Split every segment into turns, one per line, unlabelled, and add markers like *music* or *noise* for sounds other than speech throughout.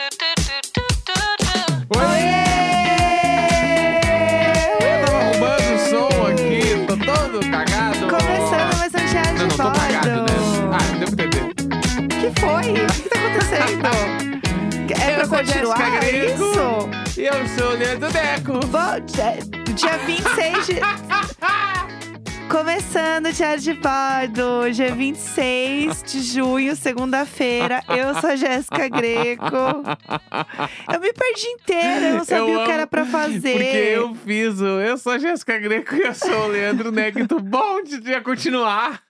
é, né? Ah.
um né? Ah, peraí, o que tá acontecendo? É
Eu
pra
sou Jéssica
continuar é
Greco.
isso?
E eu sou o Leandro Deco.
Bom, dia, dia 26 de...
*laughs*
Começando o Diário de Bordo, dia 26 de junho, segunda-feira. Eu sou a Jéssica Greco. Eu me perdi inteira, eu não sabia o que
amo,
era pra fazer.
Porque eu fiz o. Eu sou a Jéssica Greco e eu sou o Leandro Necto. *laughs* Bom de dia continuar.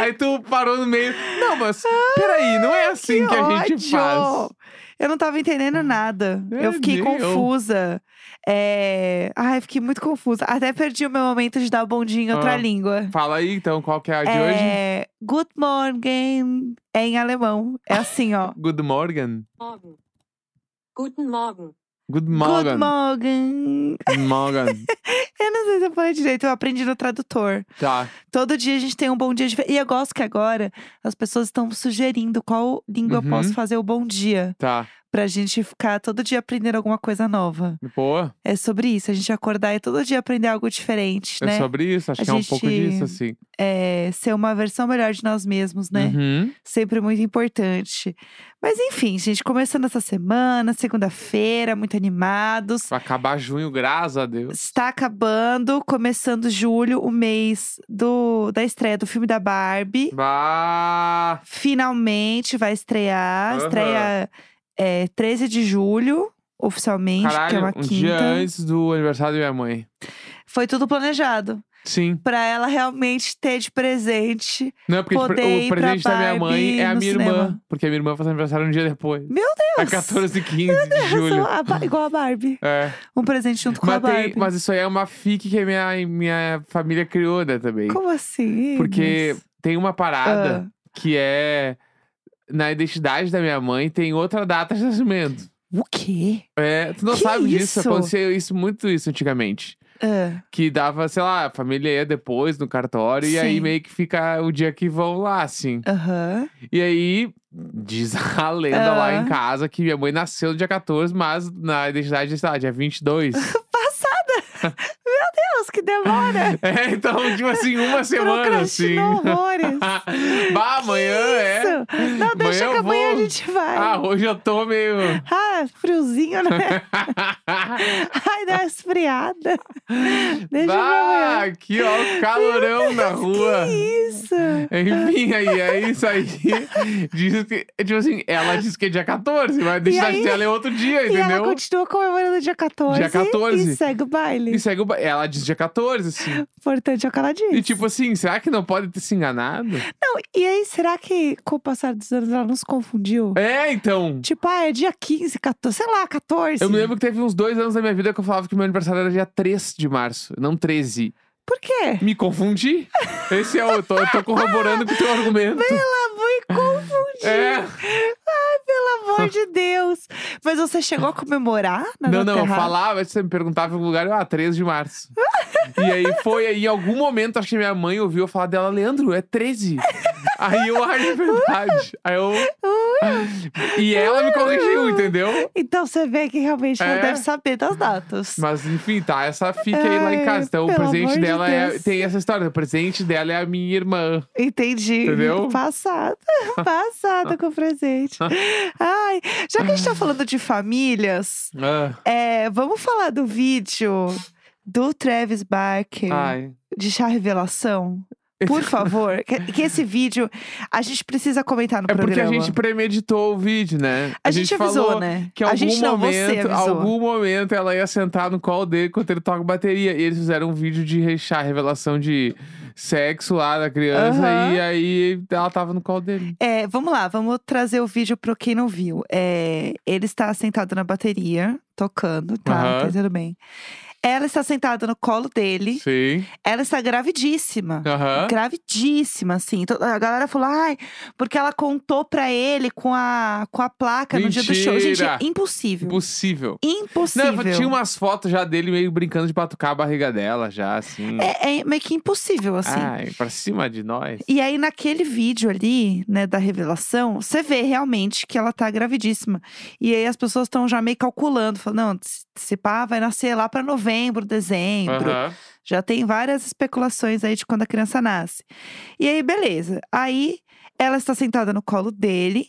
Aí tu parou no meio. Não, mas peraí, não é assim que, a gente faz.
Ah, ódio! Eu não tava entendendo nada. eu
É,
fiquei
nem eu.
confusa. É... Ai, fiquei muito confusa. Até perdi o meu momento de dar um bondinho em outra
Ah,
língua.
Fala aí então, qual que é a de hoje?
É... Good morning é em alemão. É assim, ó.
Good Morgan.
Morgen. Guten Morgen.
Good *laughs*
Good
Morgan.
morning. *laughs*
Morgan.
Eu não sei se eu falei direito, eu aprendi no tradutor.
Tá.
Todo dia a gente tem um bom dia diferente. E eu gosto que agora as pessoas estão sugerindo qual língua eu posso
Uhum.
fazer o bom dia.
Tá.
Pra gente ficar todo dia aprendendo alguma coisa nova.
Boa.
É sobre isso, a gente acordar e todo dia aprender algo diferente,
É
né?
sobre isso. Acho
A
que é um pouco
gente-
disso, assim.
É, ser uma versão melhor de nós mesmos, né?
Uhum.
Sempre muito importante. Mas enfim, gente, começando essa semana, segunda-feira, muito animados.
Pra acabar junho, graças a Deus.
Está acabando, começando julho, o mês do, da estreia do filme da Barbie.
Bah!
Finalmente vai estrear.
Aham.
Estreia é, 13 de julho, oficialmente, que é
Caralho,
uma
um
quinta.
dia antes do aniversário da minha mãe.
Foi tudo planejado.
Sim.
Pra ela realmente ter de presente.
Não, é porque tipo,
Poder ir
o
pra
presente da minha mãe
Barbie
é a
no
minha
cinema.
irmã. Porque a minha irmã faz aniversário um dia depois.
Meu
É
Deus!
14 e 15
*laughs*
de julho.
A Ba- igual a Barbie.
É.
Um presente junto com a
Mas, tem-
Barbie.
mas isso aí é uma fic que a minha, minha família criou, né, também.
Como assim?
Porque
Ignis?
tem uma parada
Ah,
que é. Na identidade da minha mãe tem outra data de nascimento.
o quê?
É, tu não
Que
sabe disso?
isso?
Aconteceu isso muito isso antigamente.
Ah,
Que dava, sei lá, a família ia depois no cartório e aí
Sim.
meio que fica o dia que vão lá, assim.
Aham.
E aí, diz a *laughs* lenda lá em
Ah.
casa que minha mãe nasceu no dia 14, mas na identidade, sei lá, dia
*laughs*
22. *laughs*
Deus, que demora!
é, então, tipo assim, uma *laughs* semana, assim.
Procrastinou horrores.
*laughs* bah, amanhã é.
Isso. Não, deixa
Amanhã
que
eu
amanhã a
vou.
gente vai.
Ah,
Ah,
hoje eu tô meio.
friozinho, né?
*laughs*
Ai, dá uma esfriada. Deixa pra
bah,
amanhã.
aqui, ó, o calorão na rua.
*laughs* Que isso?
Enfim, aí é isso aí. Diz que, tipo assim, ela diz que é dia 14, mas a identidade
aí-
dela é outro dia,
E ela
entendeu?
continua comemorando dia 14.
Dia 14.
E segue o baile.
E segue o ba- Ela diz dia 14, assim.
Importante é o que ela diz.
E tipo assim, será que não pode ter se enganado?
Não, e aí, será que com o passar dos anos ela não se confundiu?
É, então.
Tipo, ah, é dia 15, 14, sei lá, 14.
Eu me lembro que teve uns dois anos da minha vida que eu falava que meu aniversário era dia 3 de março, não 13.
Por quê?
Me confundi? Esse é o. Eu tô, eu tô corroborando com o teu argumento.
Pela mãe confundir.
É.
Ai, pelo amor de Deus. Mas você chegou a comemorar na
Não,
data
não, eu
errada?
falava, você me perguntava em algum lugar, eu, ah, 13 de março. e aí foi aí, em algum momento, acho que minha mãe ouviu eu falar dela, Leandro, é 13. aí eu, ah, é verdade. Aí eu. e ela me
*laughs*
corrigiu, entendeu?
Então você vê que realmente ela
É.
deve saber das datas.
Mas enfim, tá, essa fica aí lá em casa. Então
Ai,
o
pelo
presente
amor de
dela é,
Deus.
tem essa história. O presente dela é a minha irmã.
Entendi.
Entendeu?
Passada. *laughs* Passada com
*laughs*
o presente. Ai, já que a gente tá falando de famílias,
Ah,
é, vamos falar do vídeo do Travis Barker.
ai.
de chá revelação? Por
*laughs*
favor, que, que esse vídeo a gente precisa comentar no
É porque
programa.
a gente premeditou o vídeo, né?
A gente avisou,
falou
né?
que em
a
algum
gente não, você
momento,
avisou.
algum momento ela ia sentar no colo dele enquanto ele toca bateria. E eles fizeram um vídeo de rechar revelação de sexo lá da criança
Aham.
e aí ela tava no colo dele.
É, vamos lá, vamos trazer o vídeo para quem não viu. É, ele está sentado na bateria, tocando, tá?
Aham.
Tá tudo bem. Ela está sentada no colo dele.
Sim.
Ela está gravidíssima.
Aham.
Gravidíssima, assim. Então, A galera falou, ai, porque ela contou pra ele com a, com a placa no dia do show. Gente, é
Mentira!
impossível.
Impossível.
Impossível.
Não, tinha umas fotos já dele meio brincando de batucar a barriga dela, já, assim.
É, é meio que impossível, assim.
Ai, pra cima de nós.
E aí, naquele vídeo ali, né, da revelação, você vê realmente que ela tá gravidíssima. E aí as pessoas estão já meio calculando, falando, não, se- se pá, vai nascer lá pra novembro, dezembro.
Aham.
Já tem várias especulações aí de quando a criança nasce. E aí, beleza. Aí ela está sentada no colo dele.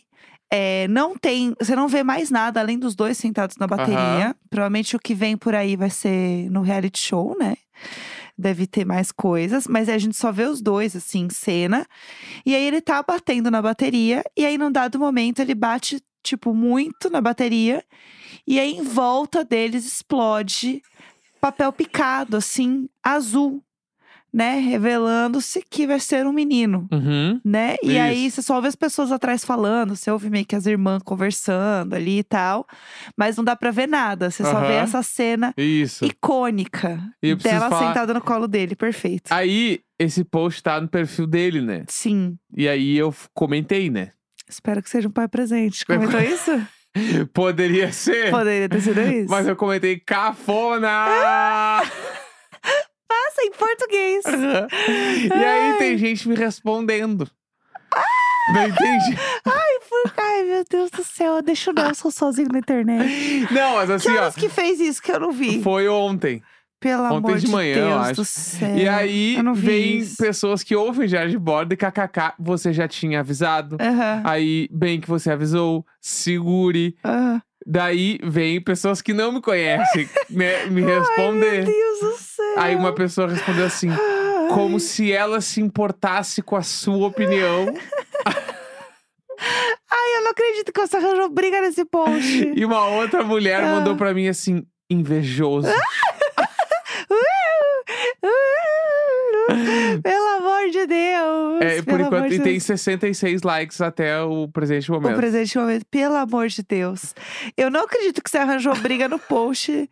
é, não tem. Você não vê mais nada além dos dois sentados na bateria. Provavelmente o que vem por aí vai ser no reality show, né? Deve ter mais coisas, mas aí a gente só vê os dois, assim, em cena. E aí ele tá batendo na bateria, e aí num dado momento ele bate, tipo, muito na bateria. E aí em volta deles explode papel picado, assim, azul, né? Revelando-se que vai ser um menino
Uhum.
né? E
Isso.
aí você só ouve as pessoas atrás falando, você ouve meio que as irmãs conversando ali e tal, mas não dá pra ver nada, você só vê
Aham.
essa cena
Isso.
icônica
E eu preciso
dela
falar-
sentada no colo dele, perfeito.
Aí, esse post tá no perfil dele, né?
Sim,
E aí eu f- comentei, né? *laughs*
espero que seja um pai presente. Comentou isso?
Poderia ser.
Poderia ter sido isso.
É. Mas eu comentei cafona!
Nossa, em português.
e aí tem gente me respondendo. Não entendi.
Ai, meu Deus do céu, deixa o Nelson sozinho na internet.
Não, mas
Que
assim, ó.
horas que fez isso que eu não vi?
Foi ontem.
Pelo
ontem
amor
de manhã, eu
Deus
acho.
do céu.
e aí
É, eu não vi
vem
isso.
pessoas que ouvem Diário de Bordo e kkk, você já tinha
É.
avisado.
Aham,
Aí, bem que você avisou, segure.
aham.
Daí vem pessoas que não me
*laughs*
conhecem, né, me
Meu
responder.
Deus do céu.
Aí uma pessoa respondeu assim: como se ela se importasse com a sua opinião.
Ai, eu não acredito que você arranjou briga nesse post.
*laughs* E uma outra mulher
Ah.
mandou pra mim assim, invejoso.
*laughs* Pelo amor de Deus.
É, por
pelo amor
enquanto,
de
e tem
Deus.
66 likes até o presente
o
momento.
presente momento, pelo amor de Deus. Eu não acredito que você arranjou briga no post
*laughs*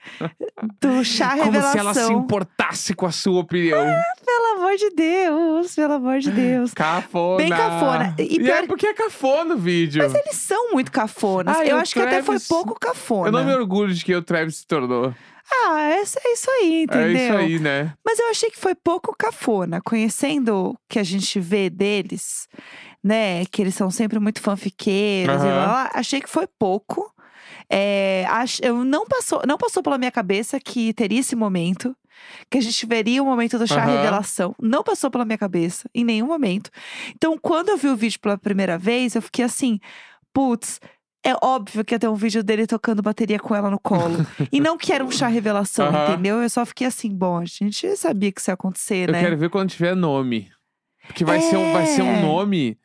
do chá
Como
revelação. Ah,
se ela se importasse com a sua opinião.
Pelo amor de Deus, pelo amor de
*gasps*
Deus.
Cafona.
Bem cafona. E
E,
pior-
é porque é cafona o vídeo.
Mas é eles são muito cafonas.
Ai,
eu
o
acho que até foi
Travis-
pouco cafona.
Eu não me orgulho de que o Travis se tornou.
Ah, é isso é isso aí, entendeu?
É isso aí, né?
Mas eu achei que foi pouco cafona, conhecendo o que a gente vê deles, né? Que eles são sempre muito fanfiqueiros e
Aham.
lá, lá, achei que foi pouco. É, ach- eu não passou, não passou pela minha cabeça que teria esse momento, que a gente veria o momento do chá
Aham.
revelação. Não passou pela minha cabeça em nenhum momento. Então, quando eu vi o vídeo pela primeira vez, eu fiquei assim, putz, é óbvio que ia ter um vídeo dele tocando bateria com ela no colo. e não que era um chá revelação,
Aham.
entendeu? Eu só fiquei assim, bom, a gente sabia que isso ia acontecer,
Eu
né?
quero ver quando tiver nome. Porque vai, ser, um, vai ser
É.
um nome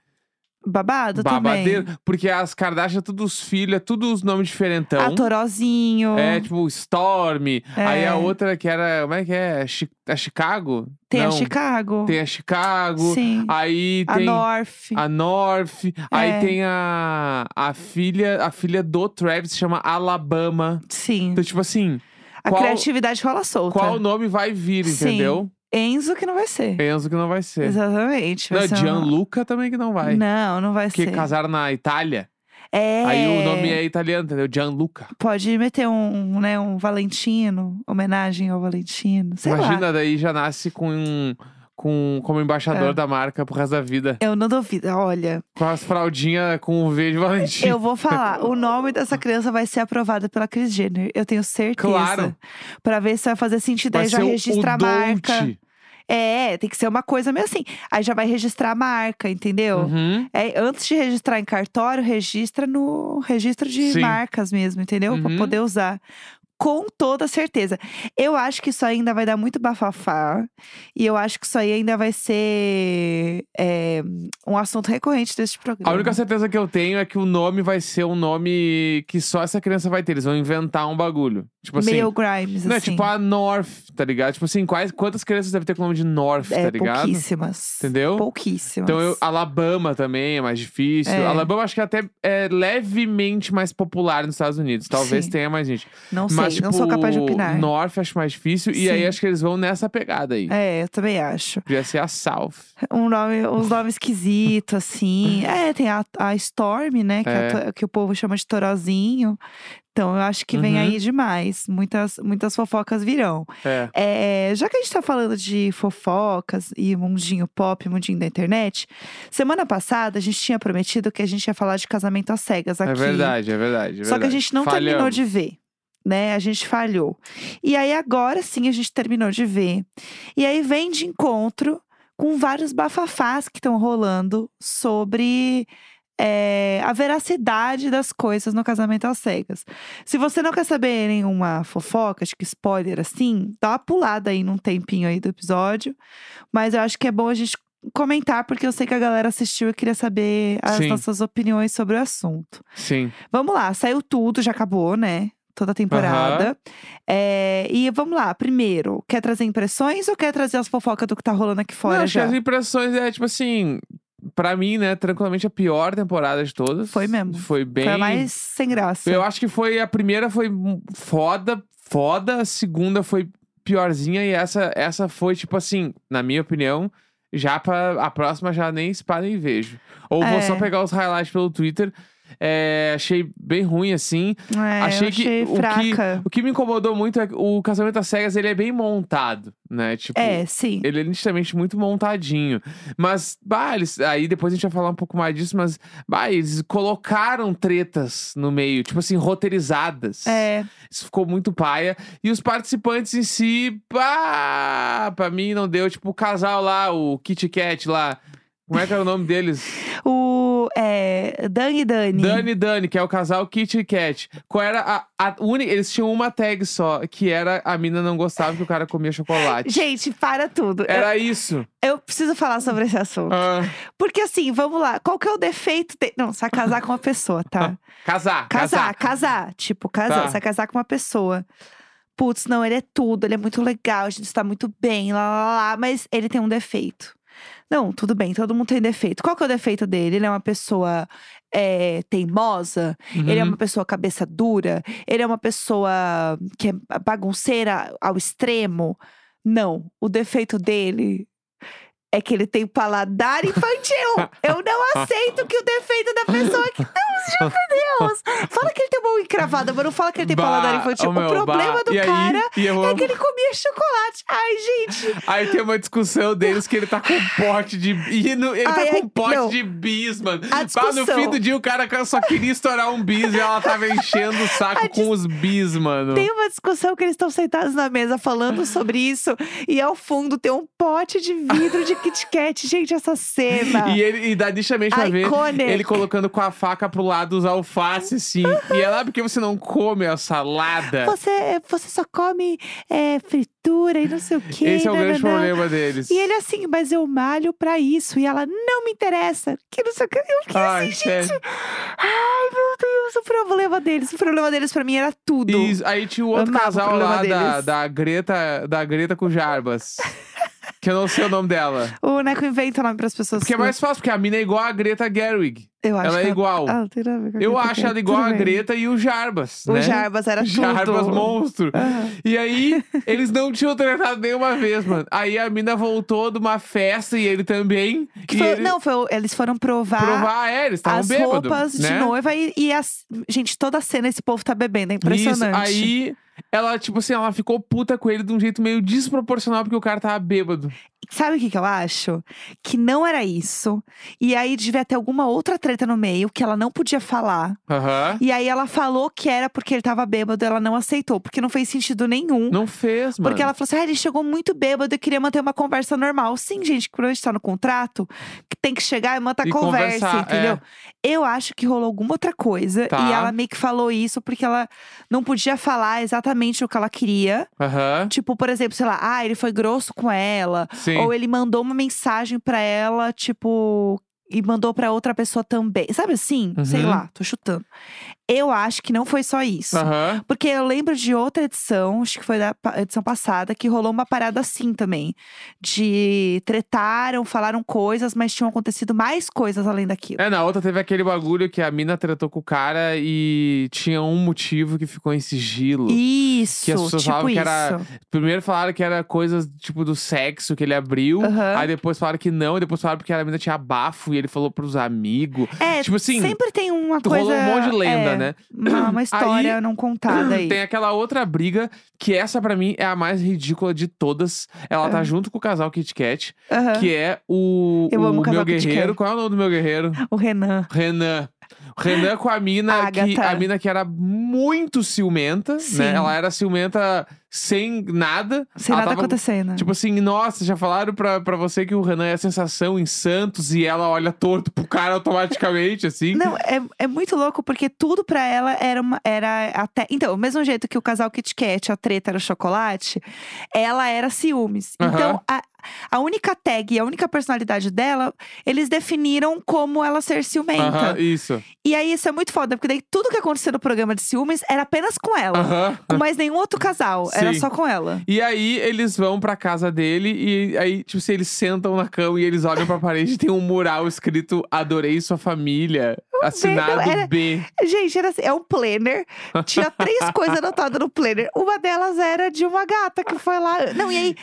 Babado
babadeiro.
também.
Porque as Kardashian, tudo os filhos, é tudo os nomes diferentão.
Ah, Atorozinho.
É, tipo, Storm.
É.
Aí a outra que era. Como é que é? Chi- A Chicago?
tem a
Não,
Chicago.
Tem a Chicago.
Sim.
Aí
a
tem.
North.
A North.
É.
Aí tem a, a filha. A filha do Travis se chama Alabama.
Sim.
Então, tipo assim,
A
qual-
criatividade rola solta.
qual nome vai vir,
Sim.
entendeu?
Enzo que não vai ser.
Penso que não vai ser.
Exatamente. vai
É. Não,
ser uma-
Gianluca também que não vai.
Não, não vai
Porque
ser.
casaram na Itália.
É.
Aí o nome é italiano, entendeu? Gianluca.
Pode meter um, né, um Valentino, homenagem ao Valentino. Sei lá.
Imagina, daí já nasce com um. Com, como
É.
embaixador da marca pro resto da vida.
Eu não duvido. Olha,
Com as fraldinhas com o V de Valentim.
eu vou falar. o nome dessa criança vai ser aprovado pela Kris Jenner. Eu tenho certeza.
Claro.
Pra ver se vai fazer sentido.
Vai
aí já
ser o-
registra
o
a marca.
Dolce.
É, tem que ser uma coisa meio assim. Aí já vai registrar a marca, entendeu?
Uhum.
É, antes de registrar em cartório, registra no registro de
Sim.
marcas mesmo, entendeu? Pra
Uhum.
poder usar. Com toda certeza. Eu acho que isso ainda vai dar muito bafafá. E eu acho que isso aí ainda vai ser é, um assunto recorrente deste programa.
A única certeza que eu tenho é que o nome vai ser um nome que só essa criança vai ter. Eles vão inventar um bagulho. Tipo assim.
Meio Grimes,
não, é
assim.
tipo a North, tá ligado? Tipo assim, quais, quantas crianças deve ter com o nome de North,
é,
tá ligado?
pouquíssimas.
Entendeu?
Pouquíssimas.
Então, eu- Alabama também é mais difícil.
É.
Alabama acho que até é levemente mais popular nos Estados Unidos. Talvez
Sim.
tenha mais gente.
não sei,
Mas, tipo,
não sou capaz de opinar.
North acho mais difícil. E
Sim.
aí acho que eles vão nessa pegada aí.
É, eu também acho.
Podia ser a South.
um nome,
*laughs*
uns nomes esquisitos, assim. É, tem a, a Storm, né? Que, a
É.
to- que o povo chama de Torozinho. Então, eu acho que vem
Uhum.
aí demais. Muitas, muitas fofocas virão.
É.
É, já que a gente tá falando de fofocas e mundinho pop, mundinho da internet, semana passada a gente tinha prometido que a gente ia falar de casamento às cegas aqui.
É verdade, é verdade. é
Só que a
verdade.
gente não terminou
Falhamos.
de ver. Né, a gente falhou. E aí, agora sim, a gente terminou de ver. E aí vem de encontro com vários bafafás que estão rolando sobre é, a veracidade das coisas no casamento às cegas. Se você não quer saber nenhuma fofoca, acho que spoiler assim, dá uma pulada aí num tempinho aí do episódio. Mas eu acho que é bom a gente comentar, porque eu sei que a galera assistiu e queria saber as
Sim.
nossas opiniões sobre o assunto.
Sim.
Vamos lá, saiu tudo, já acabou, né? Toda a temporada. É, e vamos lá, primeiro, quer trazer impressões ou quer trazer as fofocas do que tá rolando aqui fora
Não, acho
já?
que as impressões é, tipo assim, pra mim, né, tranquilamente a pior temporada de todas.
Foi mesmo.
Foi bem.
Foi a mais sem graça.
Eu acho que foi. A primeira foi foda, foda. A segunda foi piorzinha. E essa, essa foi, tipo assim, na minha opinião, já pra. A próxima já nem espada nem vejo. Ou vou
É.
só pegar os highlights pelo Twitter. É, achei bem ruim, assim.
É, eu
achei que
achei
o que-
fraca.
O que me incomodou muito é que o Casamento às Cegas, ele é bem montado, né? Tipo,
É, sim.
ele é nitidamente muito montadinho. Mas, bah, eles, aí depois a gente vai falar um pouco mais disso, mas, bah, eles colocaram tretas no meio, tipo assim, roteirizadas.
É,
Isso ficou muito paia. E os participantes em si, pá, pra mim não deu. Tipo, o casal lá, o Kit Kat lá. Como é que era o nome deles?
o é, Dani e Dani.
Dani e Dani, que é o casal Kit Kat. Qual era a, a uni- Eles tinham uma tag só, que era a mina não gostava que o cara comia chocolate.
Gente, para tudo.
Era isso.
Eu, eu preciso falar sobre esse assunto.
Ah,
Porque assim, vamos lá. Qual que é o defeito? de- Não, só casar com uma pessoa, tá?
casar,
Casar, casar. Tipo, casar.
Tá.
Só casar com uma pessoa. Putz, não, ele é tudo. Ele é muito legal. A gente está muito bem, lá, lá, lá. Mas ele tem um defeito. Não, tudo bem. Todo mundo tem defeito. Qual que é o defeito dele? Ele é uma pessoa é, teimosa? Ele é
Uhum.
uma pessoa cabeça dura? Ele é uma pessoa que é bagunceira ao extremo? Não. O defeito dele é que ele tem
*laughs*
paladar infantil. Eu não aceito que o defeito da pessoa é que.
*laughs*
Deus, Deus! Fala que ele tem mão encravada, mas não fala que ele tem
Bah,
paladar infantil.
ô, meu,
o problema
bah.
do
E aí-
cara
e eu
é
amo-
que ele comia chocolate. Ai, gente.
Aí tem uma discussão deles que ele tá com um pote de. e no- Ele
Ai,
tá com
é-
um pote
não.
de bis, mano.
A
Pá, no
discussão.
fim do dia o cara só queria estourar um bis e ela tava enchendo o saco
*laughs* A
com os bis, mano.
Tem uma discussão que eles estão sentados na mesa falando sobre isso. E ao fundo tem um pote de vidro de Kit Kat. Gente, essa cena.
*laughs* E, ele, e dá nitidamente pra ver
Iconic.
ele colocando com a faca pro lado os alfaces, sim. e ela, "Ah, porque você não come a salada?
Você, você só come é, fritura e não sei o quê.
Esse é o grande
nananã.
problema deles.
E ele assim, mas eu malho pra isso. E ela, não me interessa. Que não sei o que. Eu fiquei
Ai,
assim,
sério.
gente. Ai, meu Deus, o problema deles. O problema deles pra mim era tudo.
E aí tinha o outro
Amava o
casal lá
problema
da,
deles.
da Greta, da Greta com Jarbas. que eu não sei o nome dela.
O Neco inventa o nome pras pessoas.
Porque é mais fácil, porque a mina é igual a Greta Gerwig.
Eu acho
ela é
que
igual.
Ah, não tem nada a ver com a
Eu
Greta
acho
Gerwig.
ela igual
Tudo
a
bem.
Greta e o Jarbas.
O
né?
Jarbas era tudo.
Jarbas monstro.
Aham.
E aí, eles não tinham tretado nenhuma vez, mano. Aí a mina voltou de uma festa e ele também.
Que
e
foi-
ele
Não, foi o- eles foram provar.
provar a eles, estavam
as
bêbados.
roupas de
né?
noiva e, e as. Gente, toda cena esse povo tá bebendo, é
Isso,
impressionante.
aí ela, tipo assim, ela ficou puta com ele de um jeito meio desproporcional, porque o cara tava bêbado.
Sabe o que, que eu acho? Que não era isso. E aí devia ter alguma outra treta no meio que ela não podia falar.
Aham.
E aí ela falou que era porque ele tava bêbado, ela não aceitou, porque não fez sentido nenhum.
Não fez, mano.
Porque ela falou assim: ah, ele chegou muito bêbado e queria manter uma conversa normal. Sim, gente, quando a gente tá no contrato, que tem que chegar e manter a
E
conversa,
conversar, é.
entendeu? Eu acho que rolou alguma outra coisa.
Tá.
E ela meio que falou isso porque ela não podia falar exatamente o que ela queria.
Aham.
Tipo, por exemplo, sei lá, ah, ele foi grosso com ela.
Sim.
Ou ele mandou uma mensagem pra ela, tipo. E mandou pra outra pessoa também. Sabe assim? Sei
Uhum.
lá, tô chutando. Eu acho que não foi só isso.
Aham.
Porque eu lembro de outra edição, acho que foi da pa- edição passada, que rolou uma parada assim também. De tretaram, falaram coisas, mas tinham acontecido mais coisas além daquilo.
É, na outra teve aquele bagulho que a mina tratou com o cara e tinha um motivo que ficou em sigilo.
Isso,
Que as pessoas
tipo
falavam que
isso.
era- Primeiro falaram que era coisas tipo do sexo que ele abriu.
Aham.
Aí depois falaram que não, e depois falaram porque a mina tinha abafo e ele falou pros amigos.
É,
tipo assim,
sempre tem uma coisa.
Rolou um monte de lenda,
é, Tá,
né?
Uma, uma história não contada aí.
Tem aquela outra briga, que essa pra mim é a mais ridícula de todas. Ela tá junto com o casal Kit Kat,
Aham.
que é o,
É. Eu
o
amo o
meu
casal Kit Kat.
guerreiro. Qual é o nome do meu guerreiro?
O Renan.
Renan. Renan
*laughs*
com a mina que
Agatha.
a mina que era muito ciumenta,
Sim.
né? Ela era ciumenta sem nada.
Sem
Ela
nada
tava-
tá acontecendo.
Tipo assim, nossa, já falaram pra, pra você que o Renan é a sensação em Santos e ela olha torto pro cara automaticamente, assim.
*laughs*
*laughs*
Não, é, é muito louco, porque tudo pra ela era uma. Era até. Então, o mesmo jeito que o casal Kit Kat, a treta era o chocolate, ela era ciúmes.
Aham.
Então, a, a única tag e a única personalidade dela, eles definiram como ela ser ciumenta.
Aham, isso.
E aí, isso é muito foda, porque daí tudo que acontecia no programa de ciúmes era apenas com ela.
Aham.
Com mais nenhum outro casal, era
Sim.
só com ela.
E aí eles vão pra casa dele e aí, tipo, se eles sentam na cama e eles olham pra parede e tem um mural escrito Adorei sua família. assinado
não, era-
B.
Gente, era assim, é um planner. Tinha
*laughs*
três coisas anotadas no planner. Uma delas era de uma gata que foi lá. Não, e aí.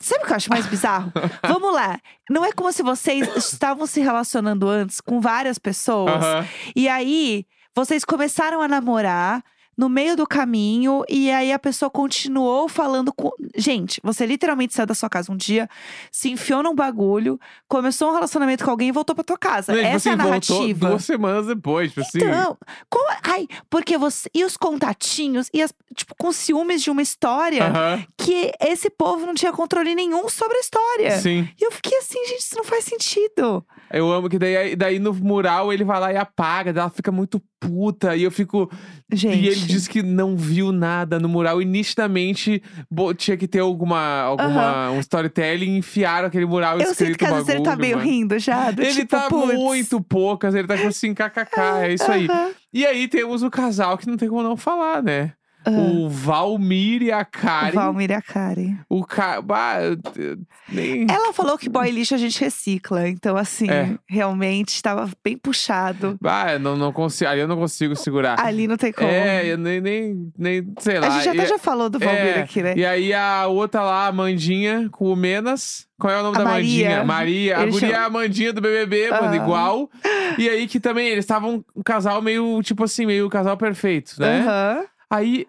Sabe o que eu acho mais
*laughs*
bizarro? Vamos lá. Não é como se vocês estavam se relacionando antes com várias pessoas.
Aham.
E aí, vocês começaram a namorar no meio do caminho. E aí, a pessoa continuou falando com. Gente, você literalmente saiu da sua casa um dia, se enfiou num bagulho, começou um relacionamento com alguém e voltou pra tua casa.
Não, e, tipo
Essa é a
assim, voltou
narrativa.
duas semanas depois, tipo assim.
Então, como- ai, porque você. E os contatinhos, e as, tipo, com ciúmes de uma história
Aham,
que esse povo não tinha controle nenhum sobre a história.
Sim.
E eu fiquei assim, gente, isso não faz sentido.
Eu amo que daí, daí no mural ele vai lá e apaga, daí ela fica muito puta. E eu fico.
Gente.
E ele diz que não viu nada no mural e nitidamente bo- tinha que ter alguma, alguma um storytelling e enfiaram aquele mural
eu sinto
escrito
que às vezes
bagulho,
ele tá meio
mano.
rindo já. Do
Ele
tipo,
tá
"Putz".
muito poucas, ele tá tipo assim, kkk, é isso aí.
Aham,
E aí temos o casal que não tem como não falar, né?
aham.
O Valmir e a
O
Karen.
Valmir e a Karen.
O ca... bah, eu- eu- nem...
Ela falou que boy lixo a gente recicla. Então, assim,
É.
realmente tava bem puxado.
Bah, eu não, não consigo, aí eu não consigo segurar.
Ali não tem como.
é, eu nem, nem, nem, sei lá.
a gente até
e,
já tá falou do Valmir
é,
aqui, né?
E aí a outra lá, a Mandinha, com o Menas. Qual é o nome
A
da Mandinha?
Maria.
Maria. A
Ele
guria é
chama-
a Mandinha do BBB, mano,
Aham.
igual. E aí que também, eles estavam um casal meio, tipo assim, meio casal perfeito, né?
Aham.
Aí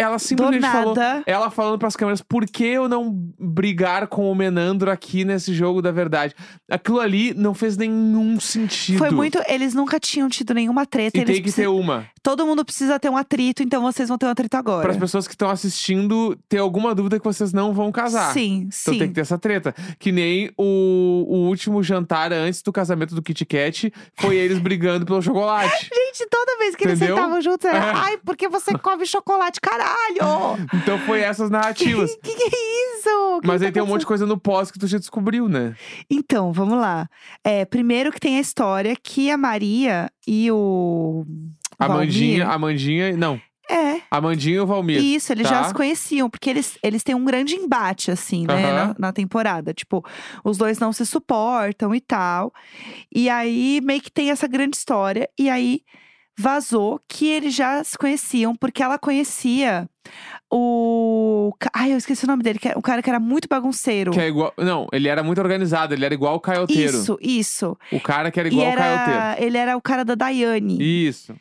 ela
Do
simplesmente falou.
nada.
Ela falando pras câmeras, por que eu não brigar com o Menandro aqui nesse jogo da verdade? Aquilo ali não fez nenhum sentido.
Foi muito. Eles nunca tinham tido nenhuma treta.
E
eles
tem que
precis-
ter um uma.
Todo mundo precisa ter um atrito, então vocês vão ter um atrito
Para
agora.
as pessoas que estão assistindo ter alguma dúvida que vocês não vão casar.
Sim,
Então
sim.
tem que ter essa treta. Que nem o, o último jantar antes do casamento do Kit Kat foi
*laughs*
eles brigando pelo chocolate.
Gente, toda vez que
Entendeu?
eles sentavam juntos, era.
É.
Ai, porque você come chocolate, caralho!
*laughs* Então foi essas
*laughs*
narrativas.
que, que é isso? Que
Mas
que
aí
tá
tem um monte de
acontecendo?
coisa no pós que tu já descobriu, né?
Então, vamos lá. É, primeiro que tem a história que a Maria e o.
A
Valmir-
Mandinha, a Mandinha, não.
É,
A Mandinha e o Valmir.
Isso, eles
tá?
já se conheciam, porque eles, eles têm um grande embate, assim, né,
Aham.
na, na temporada. Tipo, os dois não se suportam e tal. E aí meio que tem essa grande história. E aí vazou que eles já se conheciam, porque ela conhecia o. ca- Ai, eu esqueci o nome dele, que é- o cara que era muito bagunceiro.
Que é igual, não, ele era muito organizado, ele era igual o caioteiro.
Isso, isso.
O cara que era igual
e
o caioteiro.
era, ele era o cara da Daiane.
Isso.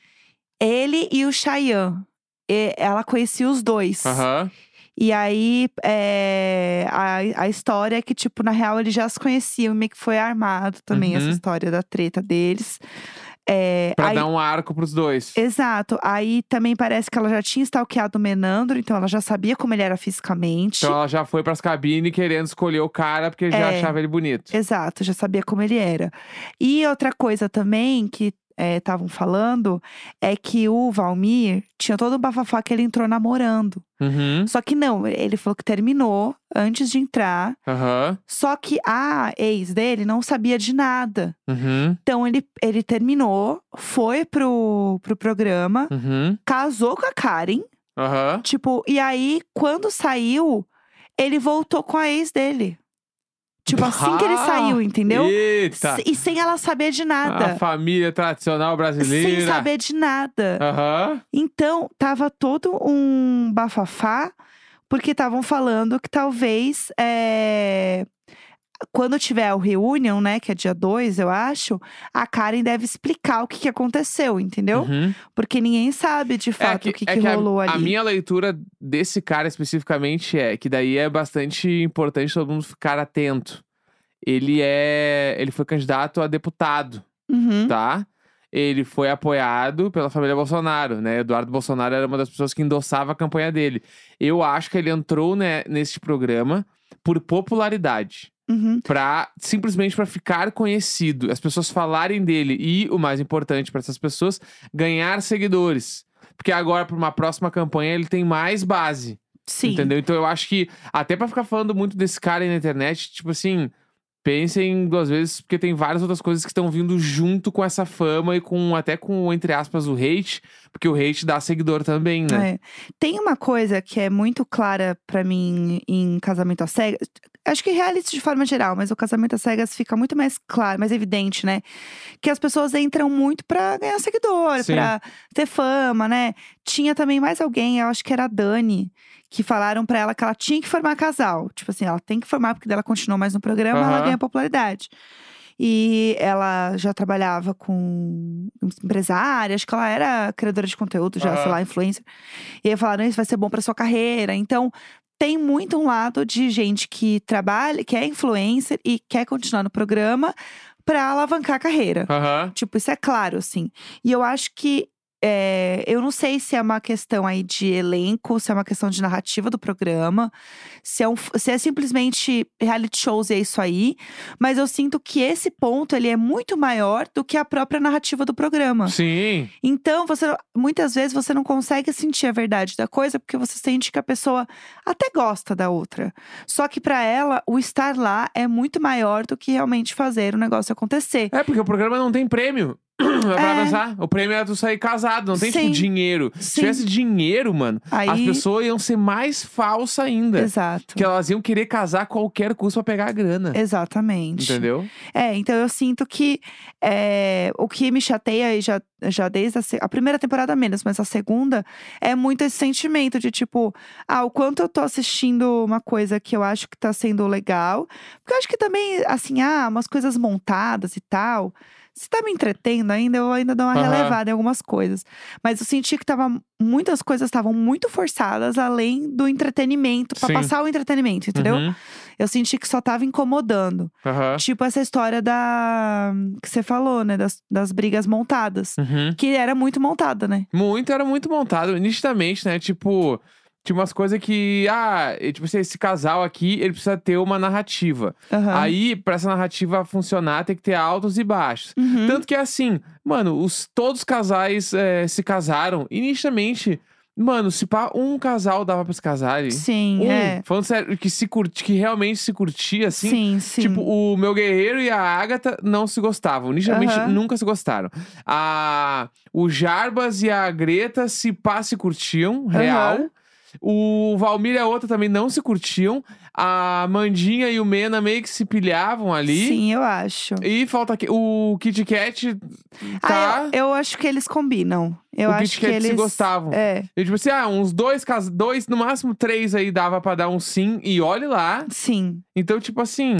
Ele e o Chayanne. E ela conhecia os dois.
Aham.
E aí, é, a, a história é que, tipo, na real, eles já se conheciam, meio que foi armado também essa
Uhum.
história da treta deles. É,
Pra
aí-
dar um arco pros dois.
Exato. Aí também parece que ela já tinha stalkeado o Menandro, então ela já sabia como ele era fisicamente.
Então ela já foi pras cabines querendo escolher o cara porque já
É.
achava ele bonito.
Exato, já sabia como ele era. E outra coisa também que eh, estavam falando é que o Valmir tinha todo um bafafá que ele entrou namorando.
Uhum.
Só que não, ele falou que terminou antes de entrar.
Aham.
Só que a ex dele não sabia de nada.
Uhum.
Então ele, ele terminou, foi pro, pro programa,
Uhum.
casou com a Karen.
Aham.
Tipo, e aí, quando saiu, ele voltou com a ex dele. Tipo, assim que ele
Ah!
saiu, entendeu?
Eita! Ah,
S- E sem ela saber de
A
nada.
família tradicional brasileira.
Sem saber de nada.
Aham.
Então, tava todo um bafafá, porque estavam falando que talvez é, quando tiver o reunion, né, que é dia 2, eu acho, a Karen deve explicar o que, que aconteceu, entendeu?
Uhum. É
Porque ninguém sabe de fato o que, que
a-
rolou
a,
ali.
minha leitura desse cara especificamente é que daí é bastante importante todo mundo ficar atento. Ele é. Ele foi candidato a deputado,
Uhum.
tá? ele foi apoiado pela família Bolsonaro, né? Eduardo Bolsonaro era uma das pessoas que endossava a campanha dele. Eu acho que ele entrou né, nesse programa por popularidade.
Uhum.
Pra, simplesmente para ficar conhecido, as pessoas falarem dele e, o mais importante para essas pessoas, ganhar seguidores. Porque agora, para uma próxima campanha, ele tem mais base.
Sim.
Entendeu? Então eu acho que, até pra ficar falando muito desse cara aí na internet, tipo assim, pensem duas vezes, porque tem várias outras coisas que estão vindo junto com essa fama e com até com, entre aspas, o hate, porque o hate dá seguidor também, né?
É. Tem uma coisa que é muito clara pra mim em Casamento às Cegas. Acho que reality de forma geral, mas o Casamento às Cegas fica muito mais claro, mais evidente, né? Que as pessoas entram muito pra ganhar seguidor,
Sim.
pra ter fama, né? Tinha também mais alguém, eu acho que era a Dani, que falaram pra ela que ela tinha que formar casal. Tipo assim, ela tem que formar, porque daí ela continua mais no programa, ela
Aham.
ganha popularidade. E ela já trabalhava com empresária, acho que ela era criadora de conteúdo, já,
Aham.
sei lá, influencer. E aí falaram, isso vai ser bom pra sua carreira. Então, tem muito um lado de gente que trabalha, que é influencer e quer continuar no programa pra alavancar a carreira.
Aham.
Tipo, isso é claro, assim. E eu acho que. é, eu não sei se é uma questão aí de elenco, se é uma questão de narrativa do programa, se é, um f- se é simplesmente reality shows e é isso aí. Mas eu sinto que esse ponto ele é muito maior do que a própria narrativa do programa.
Sim.
Então, você muitas vezes você não consegue sentir a verdade da coisa porque você sente que a pessoa até gosta da outra. Só que pra ela, o estar lá é muito maior do que realmente fazer o negócio acontecer.
É porque o programa não tem prêmio. *clears throat* É pra
É.
pensar. O prêmio é tu sair casado, não tem tipo
Sim.
dinheiro. Se
Sim.
tivesse dinheiro, mano,
Aí,
as pessoas iam ser mais falsa ainda. É.
exato.
Que elas iam querer casar a qualquer custo pra pegar a grana.
Exatamente.
Entendeu?
É, então eu sinto que é, o que me chateia e já, já desde a, se- a primeira temporada menos, mas a segunda é muito esse sentimento de tipo, ah, o quanto eu tô assistindo uma coisa que eu acho que tá sendo legal. Porque eu acho que também, assim, ah, umas coisas montadas e tal. Se tá me entretendo ainda, eu ainda dou uma
Aham.
relevada em algumas coisas. Mas eu senti que tava. Muitas coisas estavam muito forçadas além do entretenimento, pra
Sim.
passar o entretenimento, entendeu?
Uhum.
Eu senti que só tava incomodando.
Aham.
Tipo essa história da. que você falou, né? Das, das brigas montadas.
Uhum.
Que era muito montada, né?
Muito, era muito montado, nitidamente, né? Tipo, tinha umas coisas que, ah, e, tipo assim, esse casal aqui, ele precisa ter uma narrativa.
Aham.
Aí, pra essa narrativa funcionar, tem que ter altos e baixos.
Uhum.
Tanto que é assim, mano, os, todos os casais eh, se casaram, e nitidamente, mano, se pá, um casal dava pra se casar ali.
Sim,
um,
é.
falando sério, que se curti, que realmente se curtia, assim,
Sim, sim.
Tipo, o meu guerreiro e a Agatha não se gostavam. Nitidamente
Aham.
nunca se gostaram. A, o Jarbas e a Greta se pá se curtiam, real.
Aham.
O Valmir e a outra também não se curtiam. A Mandinha e o Mena meio que se pilhavam ali.
Sim, eu acho.
E falta que o Kit Kat tá.
Ah, eu, eu acho que eles combinam. Eu
o
acho
Kit
que
Kat
eles.
se gostavam.
É.
E tipo assim, ah, uns dois, cas- dois, no máximo três aí dava pra dar um sim e olhe lá.
Sim.
Então, tipo assim.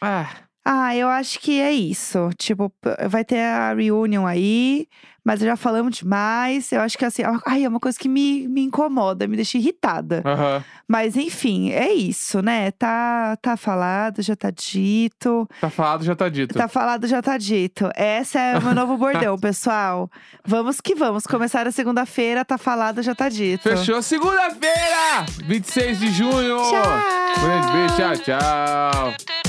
Ah,
Ah, eu acho que é isso. Tipo, p- vai ter a reunion aí, mas já falamos demais. Eu acho que assim, ai, é uma coisa que me, me incomoda, me deixa irritada.
aham.
Mas enfim, é isso, né? Tá, tá falado, já tá dito.
Tá falado, já tá dito.
Tá falado, já tá dito. Essa é o meu novo bordão, pessoal. Vamos que vamos. Começar a segunda-feira, tá falado, já tá dito.
Fechou segunda-feira, 26 de junho.
Tchau!
Grande beijo, tchau, tchau.